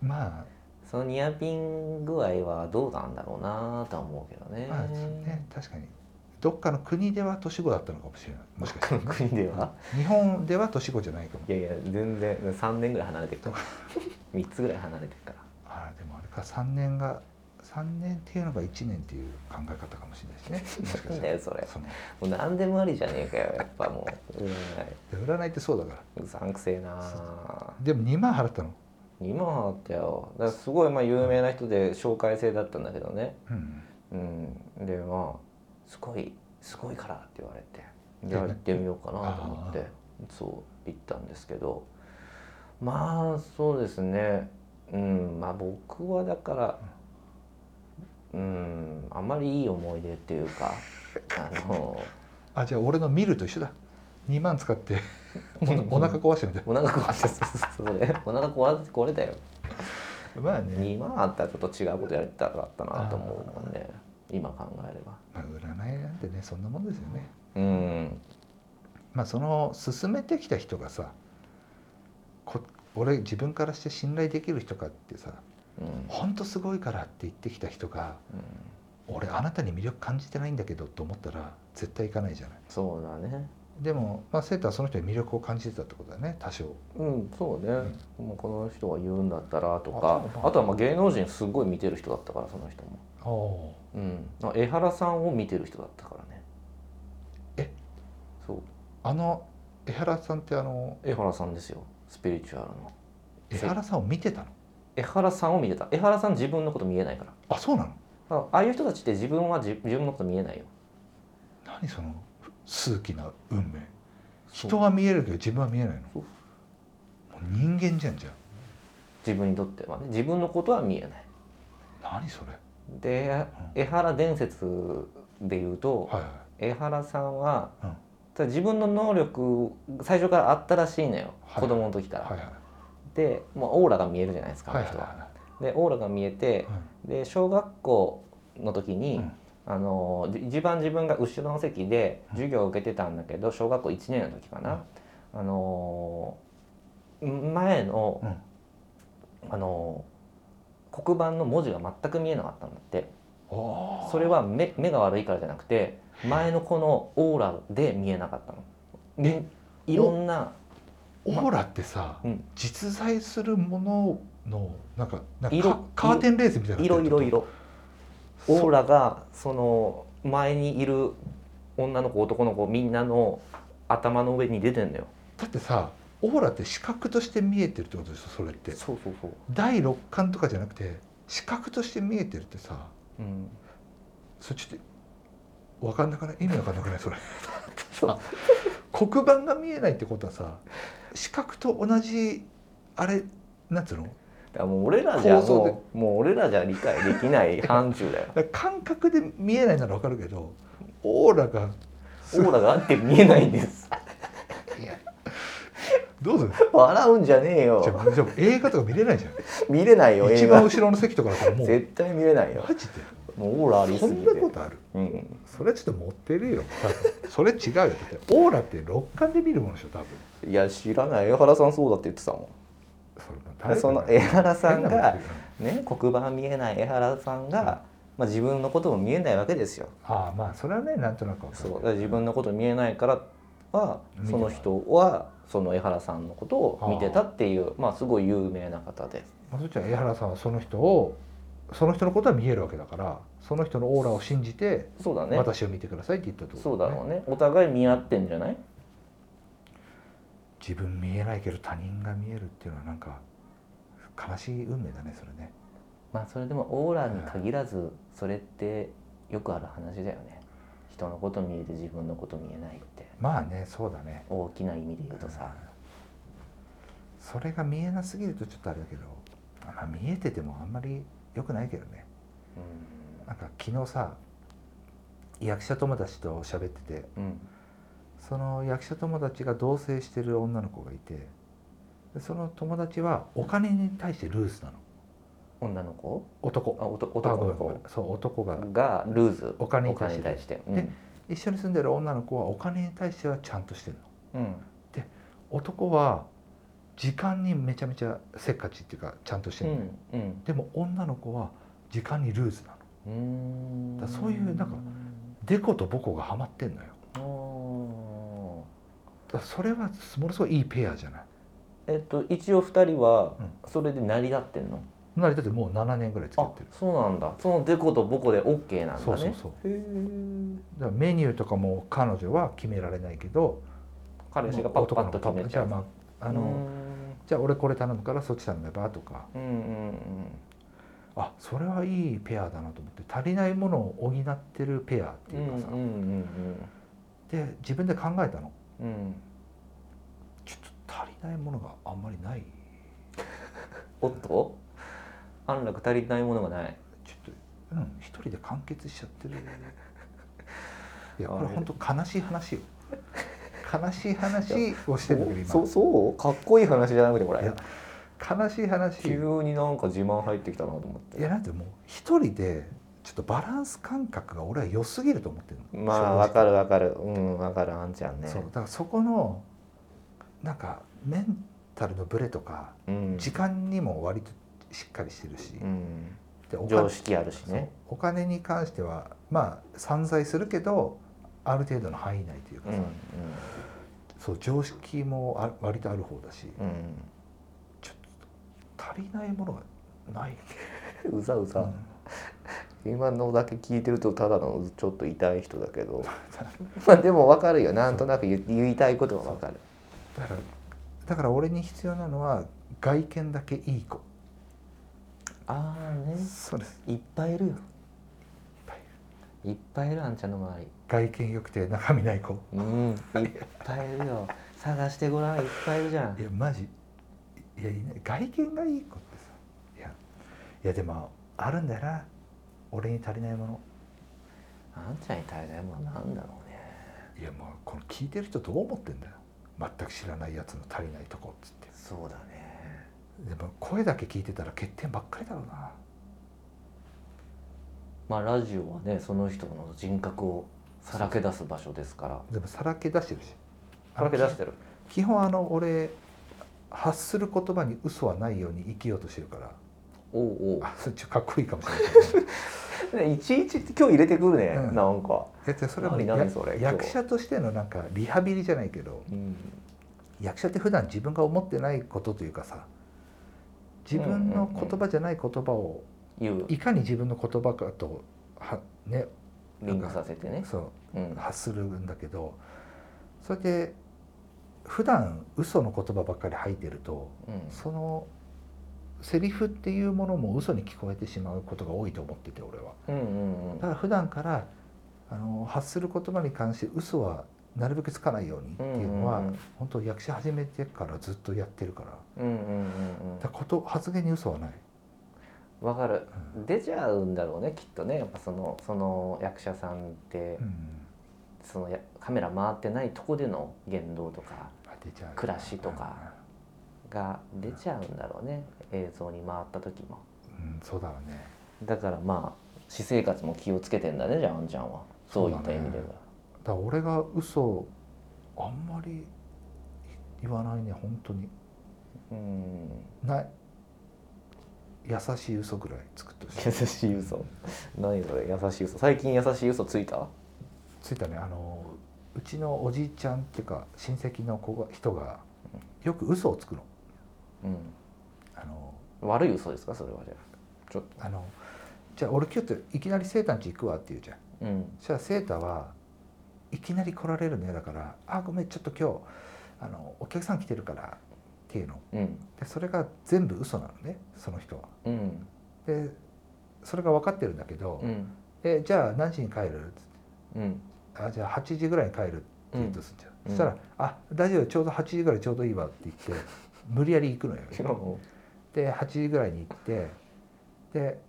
Speaker 2: まあ
Speaker 1: そのニアピン具合はどうなんだろうなとは思うけどね
Speaker 2: まあね確かにどっかの国では年子だったのかもしれないもしかしたらね、
Speaker 1: 国では
Speaker 2: 日本では年子じゃないかも
Speaker 1: いやいや全然3年ぐらい離れてる から3つぐらい離れてるから
Speaker 2: あらでもあれか3年が3年っていうのが1年っていう考え方かもしれない ですねもしか
Speaker 1: な
Speaker 2: し
Speaker 1: ん
Speaker 2: た
Speaker 1: だ
Speaker 2: ら
Speaker 1: よそれ
Speaker 2: その
Speaker 1: もう何でもありじゃねえかよやっぱもううん
Speaker 2: で占いってそうだから
Speaker 1: うさんくせえな
Speaker 2: でも2万払ったの
Speaker 1: 今はあったよだからすごいまあ有名な人で紹介制だったんだけどね
Speaker 2: うん
Speaker 1: うんでまあすごいすごいからって言われてじゃあ行ってみようかなと思って
Speaker 2: あ
Speaker 1: そう行ったんですけどまあそうですねうんまあ僕はだからうんあまりいい思い出っていう かあの
Speaker 2: あじゃあ俺の見ると一緒だ2万使 っておお腹壊してみたい
Speaker 1: お腹壊したそうそうそうそ れお腹壊壊れたよ
Speaker 2: まあね、
Speaker 1: 2万あったらちょっと違うことやりたかったなと思うもんね今考えれば
Speaker 2: まあ、占いなんてねそんなもんですよね
Speaker 1: うん
Speaker 2: まあその進めてきた人がさこ俺自分からして信頼できる人かってさ
Speaker 1: うん
Speaker 2: 「ほんとすごいから」って言ってきた人が
Speaker 1: うん
Speaker 2: 「俺あなたに魅力感じてないんだけど」と思ったら絶対行かないじゃない
Speaker 1: そうだね
Speaker 2: でも、まあ、セーターはその人に魅力を感じてたってことだよね多少
Speaker 1: うんそうね、もうこの人が言うんだったらと
Speaker 2: あ
Speaker 1: か
Speaker 2: そうか
Speaker 1: あとはまあ芸能人すごい見てる人だったからその人も、うん、あ江原さんを見てる人だったからね
Speaker 2: え
Speaker 1: そう
Speaker 2: あの江原さんってあの
Speaker 1: 江原さんですよスピリチュアルの
Speaker 2: 江原さんを見てたの
Speaker 1: 江原さんを見てた江原さん自分のこと見えないから
Speaker 2: あそうなの
Speaker 1: あああいう人たちって自分は自自分のこと見えないよ
Speaker 2: 何その数奇な運命
Speaker 1: そう
Speaker 2: 人は見えるけど自分は見えないの
Speaker 1: そう
Speaker 2: もう人間じゃんじゃん
Speaker 1: 自分にとってはね自分のことは見えない
Speaker 2: 何それは
Speaker 1: で江原伝説で言うと
Speaker 2: いはい
Speaker 1: 江原さんは、
Speaker 2: うん
Speaker 1: ただ自分の能力最初からあったらしいのよ、
Speaker 2: はい
Speaker 1: 子供の時から、
Speaker 2: はいはいはい
Speaker 1: で、まあ、オーラが見えるじゃないですか、
Speaker 2: はい
Speaker 1: あの人は
Speaker 2: は
Speaker 1: でオーラが見えて
Speaker 2: いはい
Speaker 1: で小学校の時に、
Speaker 2: うん
Speaker 1: あのじ一番自分が後ろの席で授業を受けてたんだけど小学校1年の時かな、あの前の、あの黒板の文字が全く見えなかったんだって
Speaker 2: ああ
Speaker 1: それは目目が悪いからじゃなくて前のこのオーラで見えなかったの。でいろんな
Speaker 2: オーラってさ、
Speaker 1: うん
Speaker 2: 実在するもののなんかなんか
Speaker 1: 色
Speaker 2: カカーテンレースみたいな
Speaker 1: 色色色オー
Speaker 2: ラ
Speaker 1: ラがその前にいる女の子男の子みんなの頭の上に出てんのよ。
Speaker 2: だってさオーラって視覚として見えてるってことでしょそれって
Speaker 1: そうそうそう。
Speaker 2: 第六感とかじゃなくて視覚として見えてるってさ
Speaker 1: うん、
Speaker 2: それちょっと分かんなくない意味分かんなくないそ れあ黒板が見えないってことはさ視覚と同じあれなんつうの
Speaker 1: だからもう俺らじゃ
Speaker 2: 構造で。
Speaker 1: もうもう俺らじゃ理解できない範疇だよ
Speaker 2: だから感覚で見えないなら分かるけどオーラが
Speaker 1: オーラがあって見えないんです。
Speaker 2: どうする
Speaker 1: 笑うんじゃねえ
Speaker 2: じゃ
Speaker 1: よ。
Speaker 2: あじゃあ映画とか見れないじゃん
Speaker 1: 見れないよ
Speaker 2: 一
Speaker 1: 映
Speaker 2: 番
Speaker 1: 画。
Speaker 2: 後ろの席とかだから もう
Speaker 1: 絶対見れないよ
Speaker 2: マ。ジ
Speaker 1: もうオーラあ
Speaker 2: で
Speaker 1: り
Speaker 2: そ
Speaker 1: すぎ
Speaker 2: ん
Speaker 1: て。
Speaker 2: なことある
Speaker 1: うん。
Speaker 2: それはちょっと持ってるよ多分それ違うよだってオーラって六感で見るものでしょ多分
Speaker 1: いや知らない江原さんそうだって言ってたも
Speaker 2: それも
Speaker 1: んで
Speaker 2: 誰か
Speaker 1: そ
Speaker 2: が
Speaker 1: の江原さん
Speaker 2: 変な
Speaker 1: が
Speaker 2: こと言う
Speaker 1: ね黒板見えない江原さんが、まあ、自分のことも見えないわけですよ
Speaker 2: ああまあそれはねなんとなくわか
Speaker 1: そう
Speaker 2: る
Speaker 1: だから自分のこと見えないからは
Speaker 2: 見て
Speaker 1: そ
Speaker 2: ない
Speaker 1: の人はその江原さんのことを見てたっていうまあすごい有名な方で
Speaker 2: まあそっちは江原さんはその人をその人のことは見えるわけだからその人のオーラを信じて
Speaker 1: そうだね
Speaker 2: 私を見てくださいって言ったってこと
Speaker 1: そうだろうねお互い見合ってんじゃない
Speaker 2: 自分見えないけど他人が見えるっていうのはなんか悲しい運命だねそれね
Speaker 1: まあそれでもオーラに限らずそれってよくある話だよね人のこと見えて自分のこと見えないって
Speaker 2: まあねそうだね
Speaker 1: 大きな意味で言うとさ、
Speaker 2: それが見えなすぎるとちょっとあれだけど、まあ、見えててもあんまり良くないけどねなんか昨日さ役者友達と喋ってて
Speaker 1: うんうん
Speaker 2: その役者友達が同棲してる女の子がいてでその友達はお金に対してルーズなの
Speaker 1: 女の子
Speaker 2: 男
Speaker 1: あおと
Speaker 2: あご
Speaker 1: 男
Speaker 2: め
Speaker 1: の
Speaker 2: んごめん
Speaker 1: 子
Speaker 2: そう男が
Speaker 1: がルーズ
Speaker 2: お金
Speaker 1: お
Speaker 2: に対
Speaker 1: 金
Speaker 2: し
Speaker 1: に
Speaker 2: て
Speaker 1: 対して
Speaker 2: で一緒に住んでる女の子はお金に対してはちゃんとしてるの
Speaker 1: うんうん
Speaker 2: 男は時間にめちゃめちゃせっかちっていうかちゃんとして
Speaker 1: う
Speaker 2: るの、
Speaker 1: んうん
Speaker 2: でも女の子は時間にルーズなの
Speaker 1: うーん
Speaker 2: だからそういうなんかでことぼこがハマってんのよ
Speaker 1: お
Speaker 2: だからそれはものすごいいいペアじゃない
Speaker 1: ーえっと一応二人は
Speaker 2: う
Speaker 1: それで成り立ってんの、
Speaker 2: 成り立ってもう7年ぐらい付き合
Speaker 1: あ
Speaker 2: ってる
Speaker 1: そうなんだそのデコとボコで OK なんだね
Speaker 2: そうそうそう
Speaker 1: へー
Speaker 2: だからメニューとかも彼女は決められないけど
Speaker 1: 彼氏がパ
Speaker 2: もう
Speaker 1: ッパ
Speaker 2: 男の
Speaker 1: ッと
Speaker 2: 子
Speaker 1: 決めちゃう
Speaker 2: パッパじゃあまああ
Speaker 1: うー
Speaker 2: の
Speaker 1: ん
Speaker 2: じゃあ俺これ頼むからそっち頼めばとか
Speaker 1: うんうんうん
Speaker 2: あそれはいいペアだなと思って足りないものを補ってるペアって
Speaker 1: う
Speaker 2: い
Speaker 1: ん
Speaker 2: うかさ、
Speaker 1: うんうん
Speaker 2: で自分で考えたの
Speaker 1: うんうん
Speaker 2: ちょっと足りないものがあんまりない
Speaker 1: おっと安楽足りないものがない
Speaker 2: ちょっとうん一人で完結しちゃっ てるいや
Speaker 1: あ
Speaker 2: これ
Speaker 1: れ
Speaker 2: 本当悲しい 話よ悲しい話をしてるんだけど
Speaker 1: そうそうかっこいい話じゃなくてこ
Speaker 2: い
Speaker 1: れ
Speaker 2: や今悲しい話
Speaker 1: 急
Speaker 2: い
Speaker 1: になんか自慢入ってきたなと思って
Speaker 2: やなんてもう一人でちょっとバランス感覚が俺は良すぎると思ってるの
Speaker 1: まあわかるわかるうんわかるあんちゃんね
Speaker 2: そうだからそこのなんかメンタルのブレとか
Speaker 1: うん
Speaker 2: 時間にも割としっかりしてるし、
Speaker 1: うん
Speaker 2: でお金
Speaker 1: 常識あるしね
Speaker 2: そうお金に関してはまあ散財するけどある程度の範囲内というか
Speaker 1: うんう
Speaker 2: さ、
Speaker 1: ん
Speaker 2: そう常識もあ割とある方だし、
Speaker 1: う
Speaker 2: 足りないものがない、
Speaker 1: んうざう
Speaker 2: う
Speaker 1: ざ
Speaker 2: ん
Speaker 1: 今のだけ聞いてるとただのちょっと痛い人だけど まあでもわかるよなんとなく言言いたいことはわかる
Speaker 2: だからだから俺に必要なのは外見だけいい子
Speaker 1: ああね
Speaker 2: そうです
Speaker 1: いっぱいいるよいっぱいいるあんちゃんの周り
Speaker 2: 外見良くて中身ない子
Speaker 1: うんいっぱいいるよ探してごらんいっぱいいるじゃん
Speaker 2: いやマジいやいない外見がいい子ってさいやいやでもあるんだよな俺に足りないもの
Speaker 1: あんちゃんに足りないものなんだろうね
Speaker 2: いやもうこの聞いてる人どう思ってんだよ全く知らないやつの足りないとこっつって
Speaker 1: そうだね
Speaker 2: でも声だけ聞いてたら欠点ばっかりだろうな
Speaker 1: まあラジオはねその人の人格をさらけ出す場所ですから
Speaker 2: でもさらけ出してるし
Speaker 1: さらけ出してる
Speaker 2: 基本あの俺発する言葉に嘘はないように生きようとしてるから
Speaker 1: おうおう
Speaker 2: あそっちかっこいいかもしれな いけど
Speaker 1: いちいち今日入れてくるね、
Speaker 2: うん
Speaker 1: なんか、
Speaker 2: だってそれはもう
Speaker 1: 何
Speaker 2: や
Speaker 1: 何それ
Speaker 2: 役者としてのなんかリハビリじゃないけど
Speaker 1: うん、
Speaker 2: 役者って普段自分が思ってないことというかさ自分の言葉じゃない言葉を
Speaker 1: 言う
Speaker 2: いかに自分の言葉かとはね
Speaker 1: リンクさせてね、
Speaker 2: そう
Speaker 1: うん、
Speaker 2: 発するんだけどそれで普段嘘の言葉ばっかり吐いてると
Speaker 1: うん
Speaker 2: そのセリフっていうものも嘘に聞こえてしまうことが多いと思ってて俺は
Speaker 1: うんうんうん
Speaker 2: だから普段からあの発する言葉に関して嘘はなるべくつかないようにっていうのは、
Speaker 1: うんうんうん
Speaker 2: 本当役者始めてからずっとやってるから
Speaker 1: うんうんうんうん
Speaker 2: だからこと発言に嘘はない、
Speaker 1: わかる
Speaker 2: う
Speaker 1: 出ちゃうんだろうねきっとねやっぱそのその役者さんって、
Speaker 2: うん、
Speaker 1: そのやカメラ回ってないとこでの言動とか
Speaker 2: 出ちゃう
Speaker 1: 暮らしとか、が出ちゃうんだろうね映像に回った時も
Speaker 2: うん、そうだろうね
Speaker 1: だからまあ私生活も気をつけてんだねじゃああんちゃんはそういった意味では
Speaker 2: そうだねだから俺が嘘あんまり言わないね本当に
Speaker 1: うん
Speaker 2: ない優しい嘘ぐらい作ってほしい
Speaker 1: 優しい嘘何それ優しい嘘最近優しい嘘ついた
Speaker 2: ついたねあのうちのおじいちゃんっていうか親戚の子が人がよく嘘をつくの
Speaker 1: うん
Speaker 2: あの
Speaker 1: 悪い嘘ですかそれはじゃあちょっ
Speaker 2: あのじゃあ俺今日っていきなりセーターんち行くわって言うじゃん
Speaker 1: とうん
Speaker 2: そしたらセーターはいきなり来られるねだから「あごめんちょっと今日あのお客さん来てるから」っていうの
Speaker 1: うん
Speaker 2: でそれが全部嘘なのねその人は
Speaker 1: うん
Speaker 2: でそれが分かってるんだけど「
Speaker 1: うん
Speaker 2: えじゃあ何時に帰る?つっ
Speaker 1: うん
Speaker 2: て」あじゃあ8時ぐらいに帰る」って言うとするじゃん、
Speaker 1: うん
Speaker 2: そしたら「あ大丈夫ちょうど8時ぐらいちょうどいいわ」って言って 無理やり行くのよで8時ぐらいに行ってで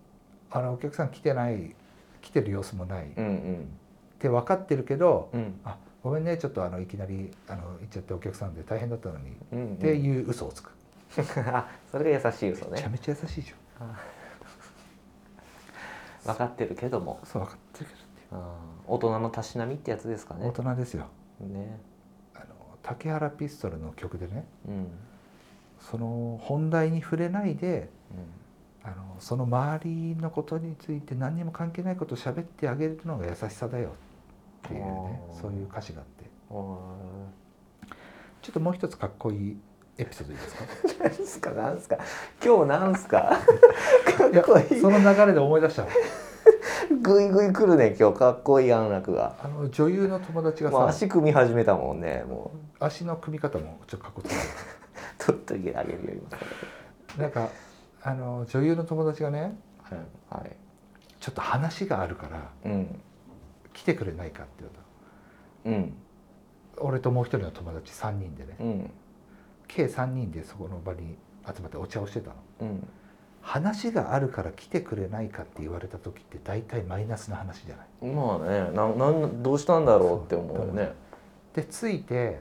Speaker 2: あのお客さん来てない来てる様子もないっ
Speaker 1: うんうん
Speaker 2: て分かってるけど
Speaker 1: うん
Speaker 2: あごめんねちょっとあのいきなりあの行っちゃってお客さんで大変だったのに、
Speaker 1: うんうん
Speaker 2: っていう嘘をつく、
Speaker 1: あそれが優しい嘘
Speaker 2: めちゃ
Speaker 1: ね
Speaker 2: めちゃ優しいじ
Speaker 1: 分かってるけども
Speaker 2: ゃんそう分かってるけどっていう
Speaker 1: あー大人のたしなみってやつですかね
Speaker 2: 大人ですよ
Speaker 1: ね
Speaker 2: あの竹原ピストルの曲でね
Speaker 1: うん
Speaker 2: その本題に触れないであのその周りのことについて何にも関係ないことを喋ってあげるのが優しさだよっていうね
Speaker 1: あー
Speaker 2: そういう歌詞があって
Speaker 1: お
Speaker 2: ちょっともう一つかっこいいエピソードいいですか
Speaker 1: ーなんすかなんすか今日なんすか か
Speaker 2: や
Speaker 1: っこいい
Speaker 2: その流れで思い出した
Speaker 1: ぐいぐい来るね今日かっこいい安楽が
Speaker 2: あの女優の友達がさ、
Speaker 1: もう足組み始めたもんねも
Speaker 2: 足の組み方もちょっとかっこつけ
Speaker 1: う取っといてあげるよ今
Speaker 2: てなんかあの女優の友達がね
Speaker 1: はい、はい、
Speaker 2: ちょっと話があるから
Speaker 1: うん
Speaker 2: 来てくれないかって言われ
Speaker 1: うん
Speaker 2: た俺ともう一人の友達3人でね
Speaker 1: うん
Speaker 2: 計3人でそこの場に集まってお茶をしてたの
Speaker 1: うん
Speaker 2: 話があるから来てくれないかって言われた時って大体マイナスな話じゃない
Speaker 1: まあねななんどうしたんだろうって思うよね
Speaker 2: でついて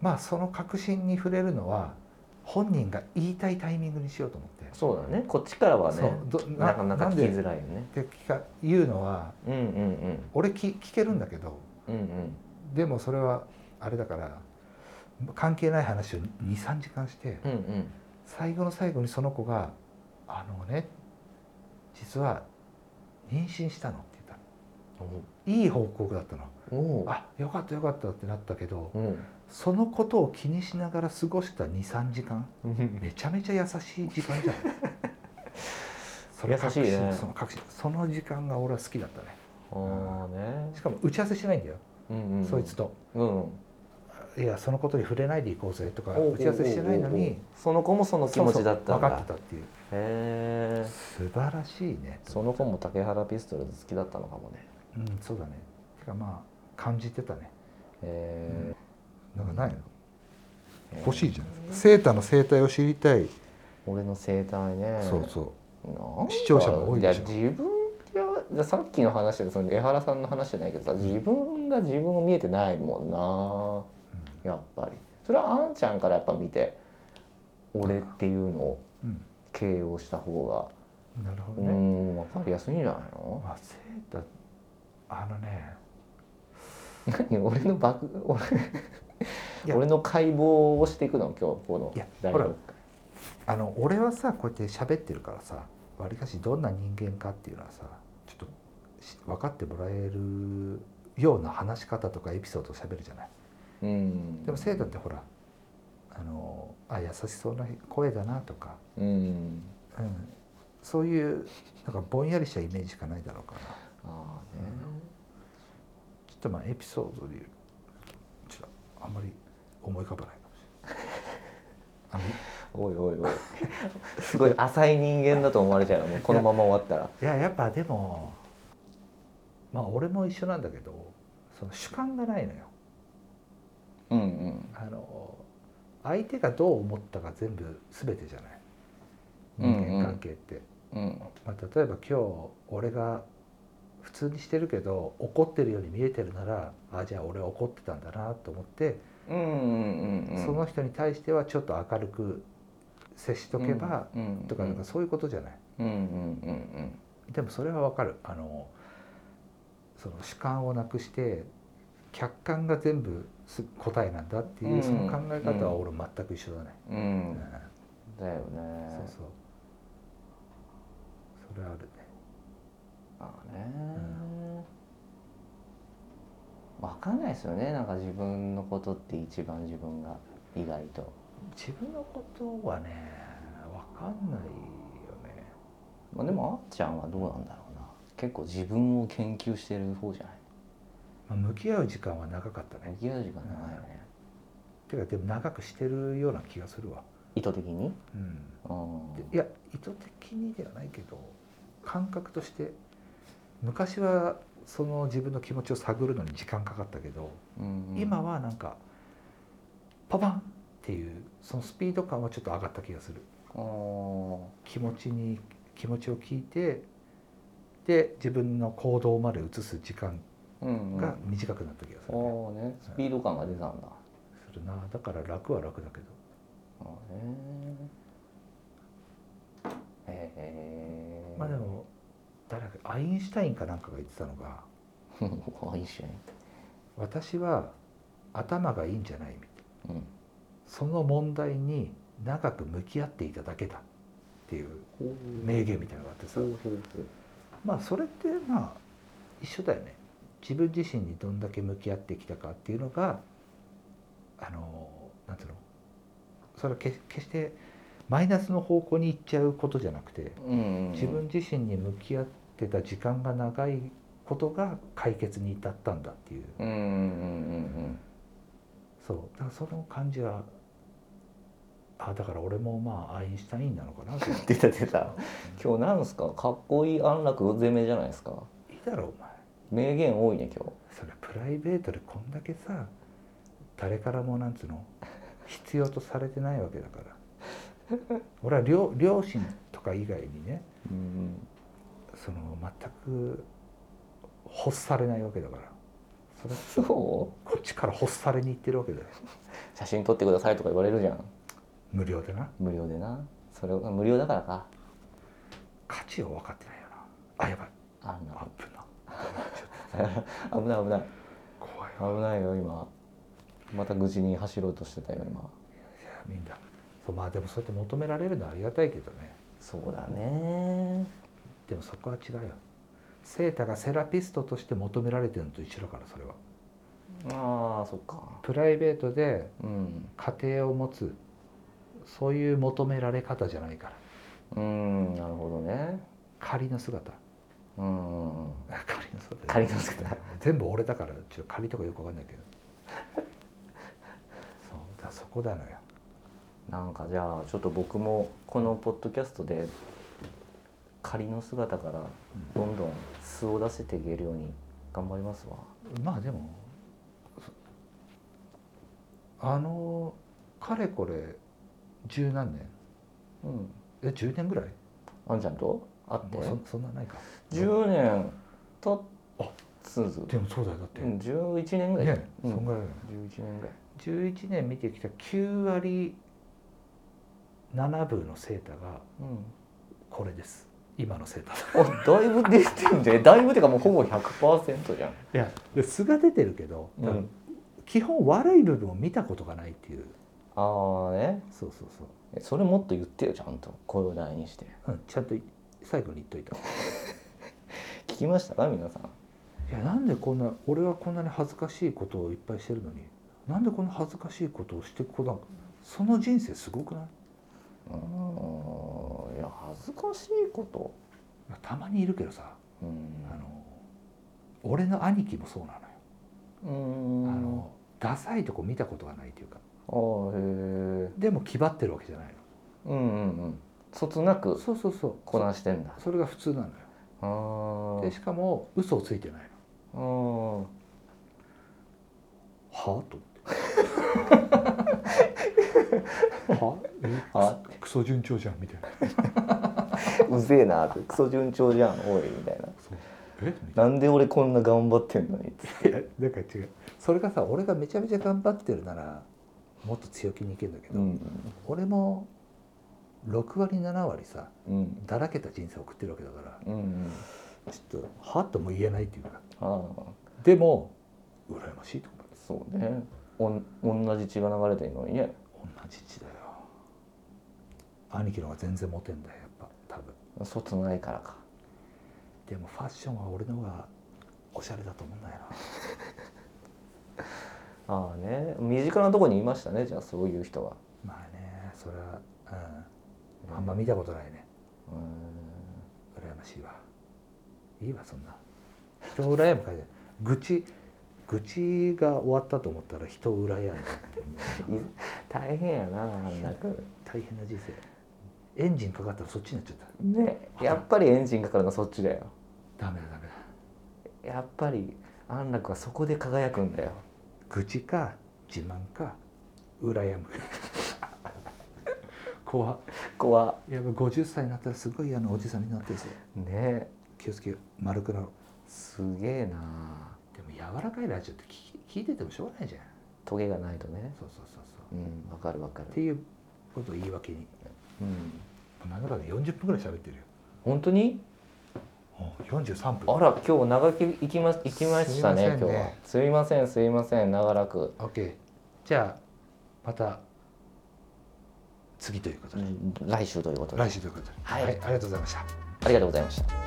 Speaker 2: まあその確信に触れるのは本人が言いたいタイミングにしようと思って
Speaker 1: そうだねこっちからはね
Speaker 2: そうど
Speaker 1: なかなか聞
Speaker 2: ん
Speaker 1: き
Speaker 2: で
Speaker 1: づらいよね
Speaker 2: で聞か言うのは
Speaker 1: うんうん
Speaker 2: 俺聞聞けるんだけど
Speaker 1: うんうん
Speaker 2: でもそれはあれだから関係ない話を23時間して
Speaker 1: うんうん
Speaker 2: 最後の最後にその子が「あのね実は妊娠したの」って言っ
Speaker 1: う
Speaker 2: たいい報告だったの
Speaker 1: んおお
Speaker 2: 「あよかったよかった」ってなったけど
Speaker 1: うん
Speaker 2: そのことを気にしながら過ごした23時間めちゃめちゃ優しい時間じゃないそれ
Speaker 1: 優しいね
Speaker 2: 確信その確信その時間が俺は好きだったね
Speaker 1: ああね
Speaker 2: しかも打ち合わせしてないんだよ、
Speaker 1: うんうん
Speaker 2: そいつと
Speaker 1: うん
Speaker 2: いやそのことに触れないでいこうぜとか
Speaker 1: おう
Speaker 2: 打ち合わせしてないの
Speaker 1: おうおうおう
Speaker 2: に
Speaker 1: その子もその気持ちだったん
Speaker 2: そうそう分
Speaker 1: だ
Speaker 2: かってたっていう
Speaker 1: へえ
Speaker 2: 素晴らしいねと
Speaker 1: その子も竹原ピストルズ好きだったのかもね
Speaker 2: うんそうだねてかまあ感じてたね
Speaker 1: へ
Speaker 2: なんかないの
Speaker 1: え
Speaker 2: 欲しいじゃんセーターの生態を知りたい、
Speaker 1: 俺の生態ね
Speaker 2: そうそ
Speaker 1: なんだろう
Speaker 2: 視聴者も多いでしょ
Speaker 1: や自分がさっきの話でその江原さんの話じゃないけどさ自分が自分を見えてないもんなやっぱりそれはあんちゃんからやっぱ見て俺っていうのを
Speaker 2: う、うん
Speaker 1: 形容した方
Speaker 2: なるほ
Speaker 1: が
Speaker 2: ど
Speaker 1: う
Speaker 2: ね、
Speaker 1: ん分かりやすいんじゃないの
Speaker 2: まあセーターあのね
Speaker 1: 何 俺のバグ
Speaker 2: い
Speaker 1: 俺
Speaker 2: や
Speaker 1: 俺の解剖をしていくの今日この
Speaker 2: いや
Speaker 1: 大
Speaker 2: ほら
Speaker 1: 学
Speaker 2: あの俺はさこうやって喋ってるからさわりかしどんな人間かっていうのはさちょっとし分かってもらえるような話し方とかエピソードを喋るじゃない
Speaker 1: うん
Speaker 2: でもセーターってほらあのあ優しそうな声だなとか、
Speaker 1: うん
Speaker 2: うん、そういうなんかぼんやりしたイメージしかないだろうから
Speaker 1: ああね
Speaker 2: ちょっとまあエピソードで言うちょっとあんまり思い浮かばないかもしれない。
Speaker 1: おいおいおいすごい浅い人間だと思われちゃうよもうこのまま終わったら
Speaker 2: いややっぱでもまあ俺も一緒なんだけどその主観がないのよ
Speaker 1: うんうん
Speaker 2: あの相手がどう思ったか全部全てじゃない
Speaker 1: うんうん
Speaker 2: 人間関係って、
Speaker 1: うん
Speaker 2: まあ、例えば今日俺が普通にしてるけど怒ってるように見えてるならあじゃあ俺怒ってたんだなと思って、
Speaker 1: うんうんうん
Speaker 2: その人に対してはちょっと明るく接しとけば、
Speaker 1: うんうん
Speaker 2: とかなんかそういうことじゃない
Speaker 1: うんうんうん
Speaker 2: でもそれはわかるあのその主観をなくして客観が全部す答えなんだっていううんその考え方は俺全く一緒だね、
Speaker 1: うんう
Speaker 2: うん
Speaker 1: ん
Speaker 2: そう
Speaker 1: だよ
Speaker 2: そ
Speaker 1: ね
Speaker 2: うそれはあるね
Speaker 1: まあねわかんないですよねなんか自分のことって一番自分が意外と
Speaker 2: 自分のことはねわかんないよね
Speaker 1: まあでもあっちゃんはどうなんだろうな結構自分を研究してる方じゃない
Speaker 2: まあ向き合う時間は長かったね
Speaker 1: 向き合う時間ないよね
Speaker 2: てかでも長くしてるような気がするわ、
Speaker 1: 意図的に
Speaker 2: うん、
Speaker 1: うん
Speaker 2: でいや意図的にではないけど感覚として昔はその自分の気持ちを探るのに時間かかったけど、
Speaker 1: うんうん
Speaker 2: 今はなんかパパンっていうそのスピード感はちょっと上がった気がする
Speaker 1: お
Speaker 2: 気持ちに気持ちを聞いてで自分の行動まで移す時間
Speaker 1: ーうんうん
Speaker 2: が短くなった気がする,、
Speaker 1: おーねスピード感が出たんだ、
Speaker 2: するなだから楽は楽だけど
Speaker 1: あーねへえ
Speaker 2: まあ でも誰だっけアインシュタインかなんかが言ってたのが
Speaker 1: いいしね
Speaker 2: 私は頭がいいんじゃないみたいな
Speaker 1: うん
Speaker 2: その問題に長く向き合っていただけだっていう名言みたいなのがあってさ
Speaker 1: そうそうそう
Speaker 2: まあそれってまあ一緒だよね自分自身にどんだけ向き合ってきたかっていうのがあのなんつうのそれは決決してマイナスの方向に行っちゃうことじゃなくて
Speaker 1: うん
Speaker 2: 自分自身に向き合ってた時間が長いことが解決に至ったんだっていう
Speaker 1: うんうんうん
Speaker 2: そうだからその感じはあだから俺もまあアインシュタインなのか な
Speaker 1: うん出た出た今日なんすかかっこいい安楽攻めじゃないですか
Speaker 2: いいだろお前
Speaker 1: 名言多いね今
Speaker 2: それプライベートでこんだけさ誰からもなんつうの必要とされてないわけだから俺は両両親とか以外にね
Speaker 1: 日うん
Speaker 2: その全く欲されないわけだからそれ
Speaker 1: そう
Speaker 2: こっちから欲されに行ってるわけだよ
Speaker 1: 写真撮ってくださいとか言われるじゃん
Speaker 2: 無料でな
Speaker 1: 無料でなそれを無料だからか
Speaker 2: 価値を分かってないよなあやばい
Speaker 1: あん
Speaker 2: アッ
Speaker 1: な
Speaker 2: プな
Speaker 1: 危ない危ない
Speaker 2: 怖いわ
Speaker 1: 危ないよ今また愚痴に走ろうとしてたよ今
Speaker 2: いやみんなそうまあでもそうやって求められるのはありがたいけどね
Speaker 1: そうだね
Speaker 2: でもそこは違うよセータがセラピストとして求められてるのと一緒だからそれは
Speaker 1: ああそっか
Speaker 2: プライベートで
Speaker 1: うん
Speaker 2: 家庭を持つそういう求められ方じゃないから
Speaker 1: うんなるほどね
Speaker 2: 仮の姿
Speaker 1: うん
Speaker 2: 仮の姿
Speaker 1: 仮の姿
Speaker 2: 全部俺だからちょっと仮とかよくわかんないけど そうだからそこなのよ
Speaker 1: なんかじゃあちょっと僕もこのポッドキャストで仮の姿からどんどん素を出せていけるように頑張りますわ
Speaker 2: まあでもそあのかれこれ十何年
Speaker 1: うん
Speaker 2: え10年ぐらい
Speaker 1: あんちゃんと会って
Speaker 2: もうそそんなないか
Speaker 1: 10年経
Speaker 2: あ
Speaker 1: つず
Speaker 2: でもそうだよだって、
Speaker 1: うん11年ぐらい、
Speaker 2: ね、
Speaker 1: うん
Speaker 2: そんぐらいだよ
Speaker 1: 11年ぐらい
Speaker 2: 11年見てきた9割7分のセータが
Speaker 1: うん
Speaker 2: これです今のセータ
Speaker 1: おだいぶ出てるじゃんだいぶてかもうほぼ100%じゃん、
Speaker 2: いやで素が出てるけど、
Speaker 1: う
Speaker 2: 多分
Speaker 1: ん、
Speaker 2: 基本悪い部分を見たことがないっていう
Speaker 1: ああね
Speaker 2: そうそうそう
Speaker 1: それもっと言ってよちゃんと声を大にして
Speaker 2: うん、ちゃんと最後に言っといた
Speaker 1: 聞きましたか皆さん
Speaker 2: いやなんでこんな俺はこんなに恥ずかしいことをいっぱいしてるのになんでこんな恥ずかしいことをしてこなその人生すごくないう
Speaker 1: ーんいや恥ずかしいこと
Speaker 2: たまにいるけどさ、
Speaker 1: う
Speaker 2: あ
Speaker 1: ん
Speaker 2: の俺の兄貴もそうなのよ、
Speaker 1: うーん
Speaker 2: あのダサいとこ見たことがないというか
Speaker 1: あーへえ
Speaker 2: でも気張ってるわけじゃない
Speaker 1: うんうんうんそつな
Speaker 2: の
Speaker 1: く
Speaker 2: そうそうそう
Speaker 1: こなしてんだ
Speaker 2: それが普通なのよ
Speaker 1: あー
Speaker 2: でしかも嘘をついてないの
Speaker 1: あー
Speaker 2: はあと思って は
Speaker 1: は
Speaker 2: えクソ順調じゃんみたいな
Speaker 1: うぜえなってクソ順調じゃんおいみたいな
Speaker 2: そうえみたいな
Speaker 1: なんで俺こんな頑張ってんのにって
Speaker 2: いやなんか違うそれがさ俺がめちゃめちゃ頑張ってるならもっと強気にいけるんだけど、
Speaker 1: うん
Speaker 2: 俺も6割7割さ
Speaker 1: うん
Speaker 2: だらけた人生を送ってるわけだから
Speaker 1: うんうん
Speaker 2: ちょっとはっとも言えないっていうか
Speaker 1: ああ
Speaker 2: でも羨ましいと思う
Speaker 1: そうねおん同じ血が流れてるのにね
Speaker 2: 同じ血だよ兄貴の方が全然モテんだよやっぱ多分
Speaker 1: 外ないからか
Speaker 2: でもファッションは俺の方がおしゃれだと思うんだよな
Speaker 1: ああね身近なとこにいましたねじゃあそういう人は
Speaker 2: まあねそれは、うん、あんま見たことないね
Speaker 1: う
Speaker 2: 羨ましいわいいわそんな人を羨む会で愚痴愚痴が終わったと思ったら人を羨むって
Speaker 1: ーん
Speaker 2: いう
Speaker 1: い大変やな安楽
Speaker 2: 大変な人生エンジンかかったらそっちになっちゃった
Speaker 1: ねやっぱりエンジンかかるのそっちだよ
Speaker 2: ダメだダメだ
Speaker 1: やっぱり安楽はそこで輝くんだよ
Speaker 2: 愚痴か自慢か羨む 怖っ
Speaker 1: ここは
Speaker 2: やばい50歳になったらすごい嫌なおじさんになってるぞ
Speaker 1: ね
Speaker 2: 気をつけよう丸くなろう
Speaker 1: すげえな
Speaker 2: でも柔らかいラジオって聞き聞いててもしょうがないじゃん
Speaker 1: トゲがないとね
Speaker 2: そうそうそうそう
Speaker 1: うんわかるわか
Speaker 2: って
Speaker 1: る
Speaker 2: いうことを言い訳に
Speaker 1: うん
Speaker 2: なんだかんだ40分ぐらい喋ってるよ
Speaker 1: 本当に
Speaker 2: 43分
Speaker 1: あら今日長き行きま行きましたね
Speaker 2: すいませんね
Speaker 1: 今日はすいませんすいません長らく
Speaker 2: OK じゃあまた次ということで、
Speaker 1: 来週ということで
Speaker 2: 来週ということで、
Speaker 1: はい
Speaker 2: ありがとうございました
Speaker 1: ありがとうございました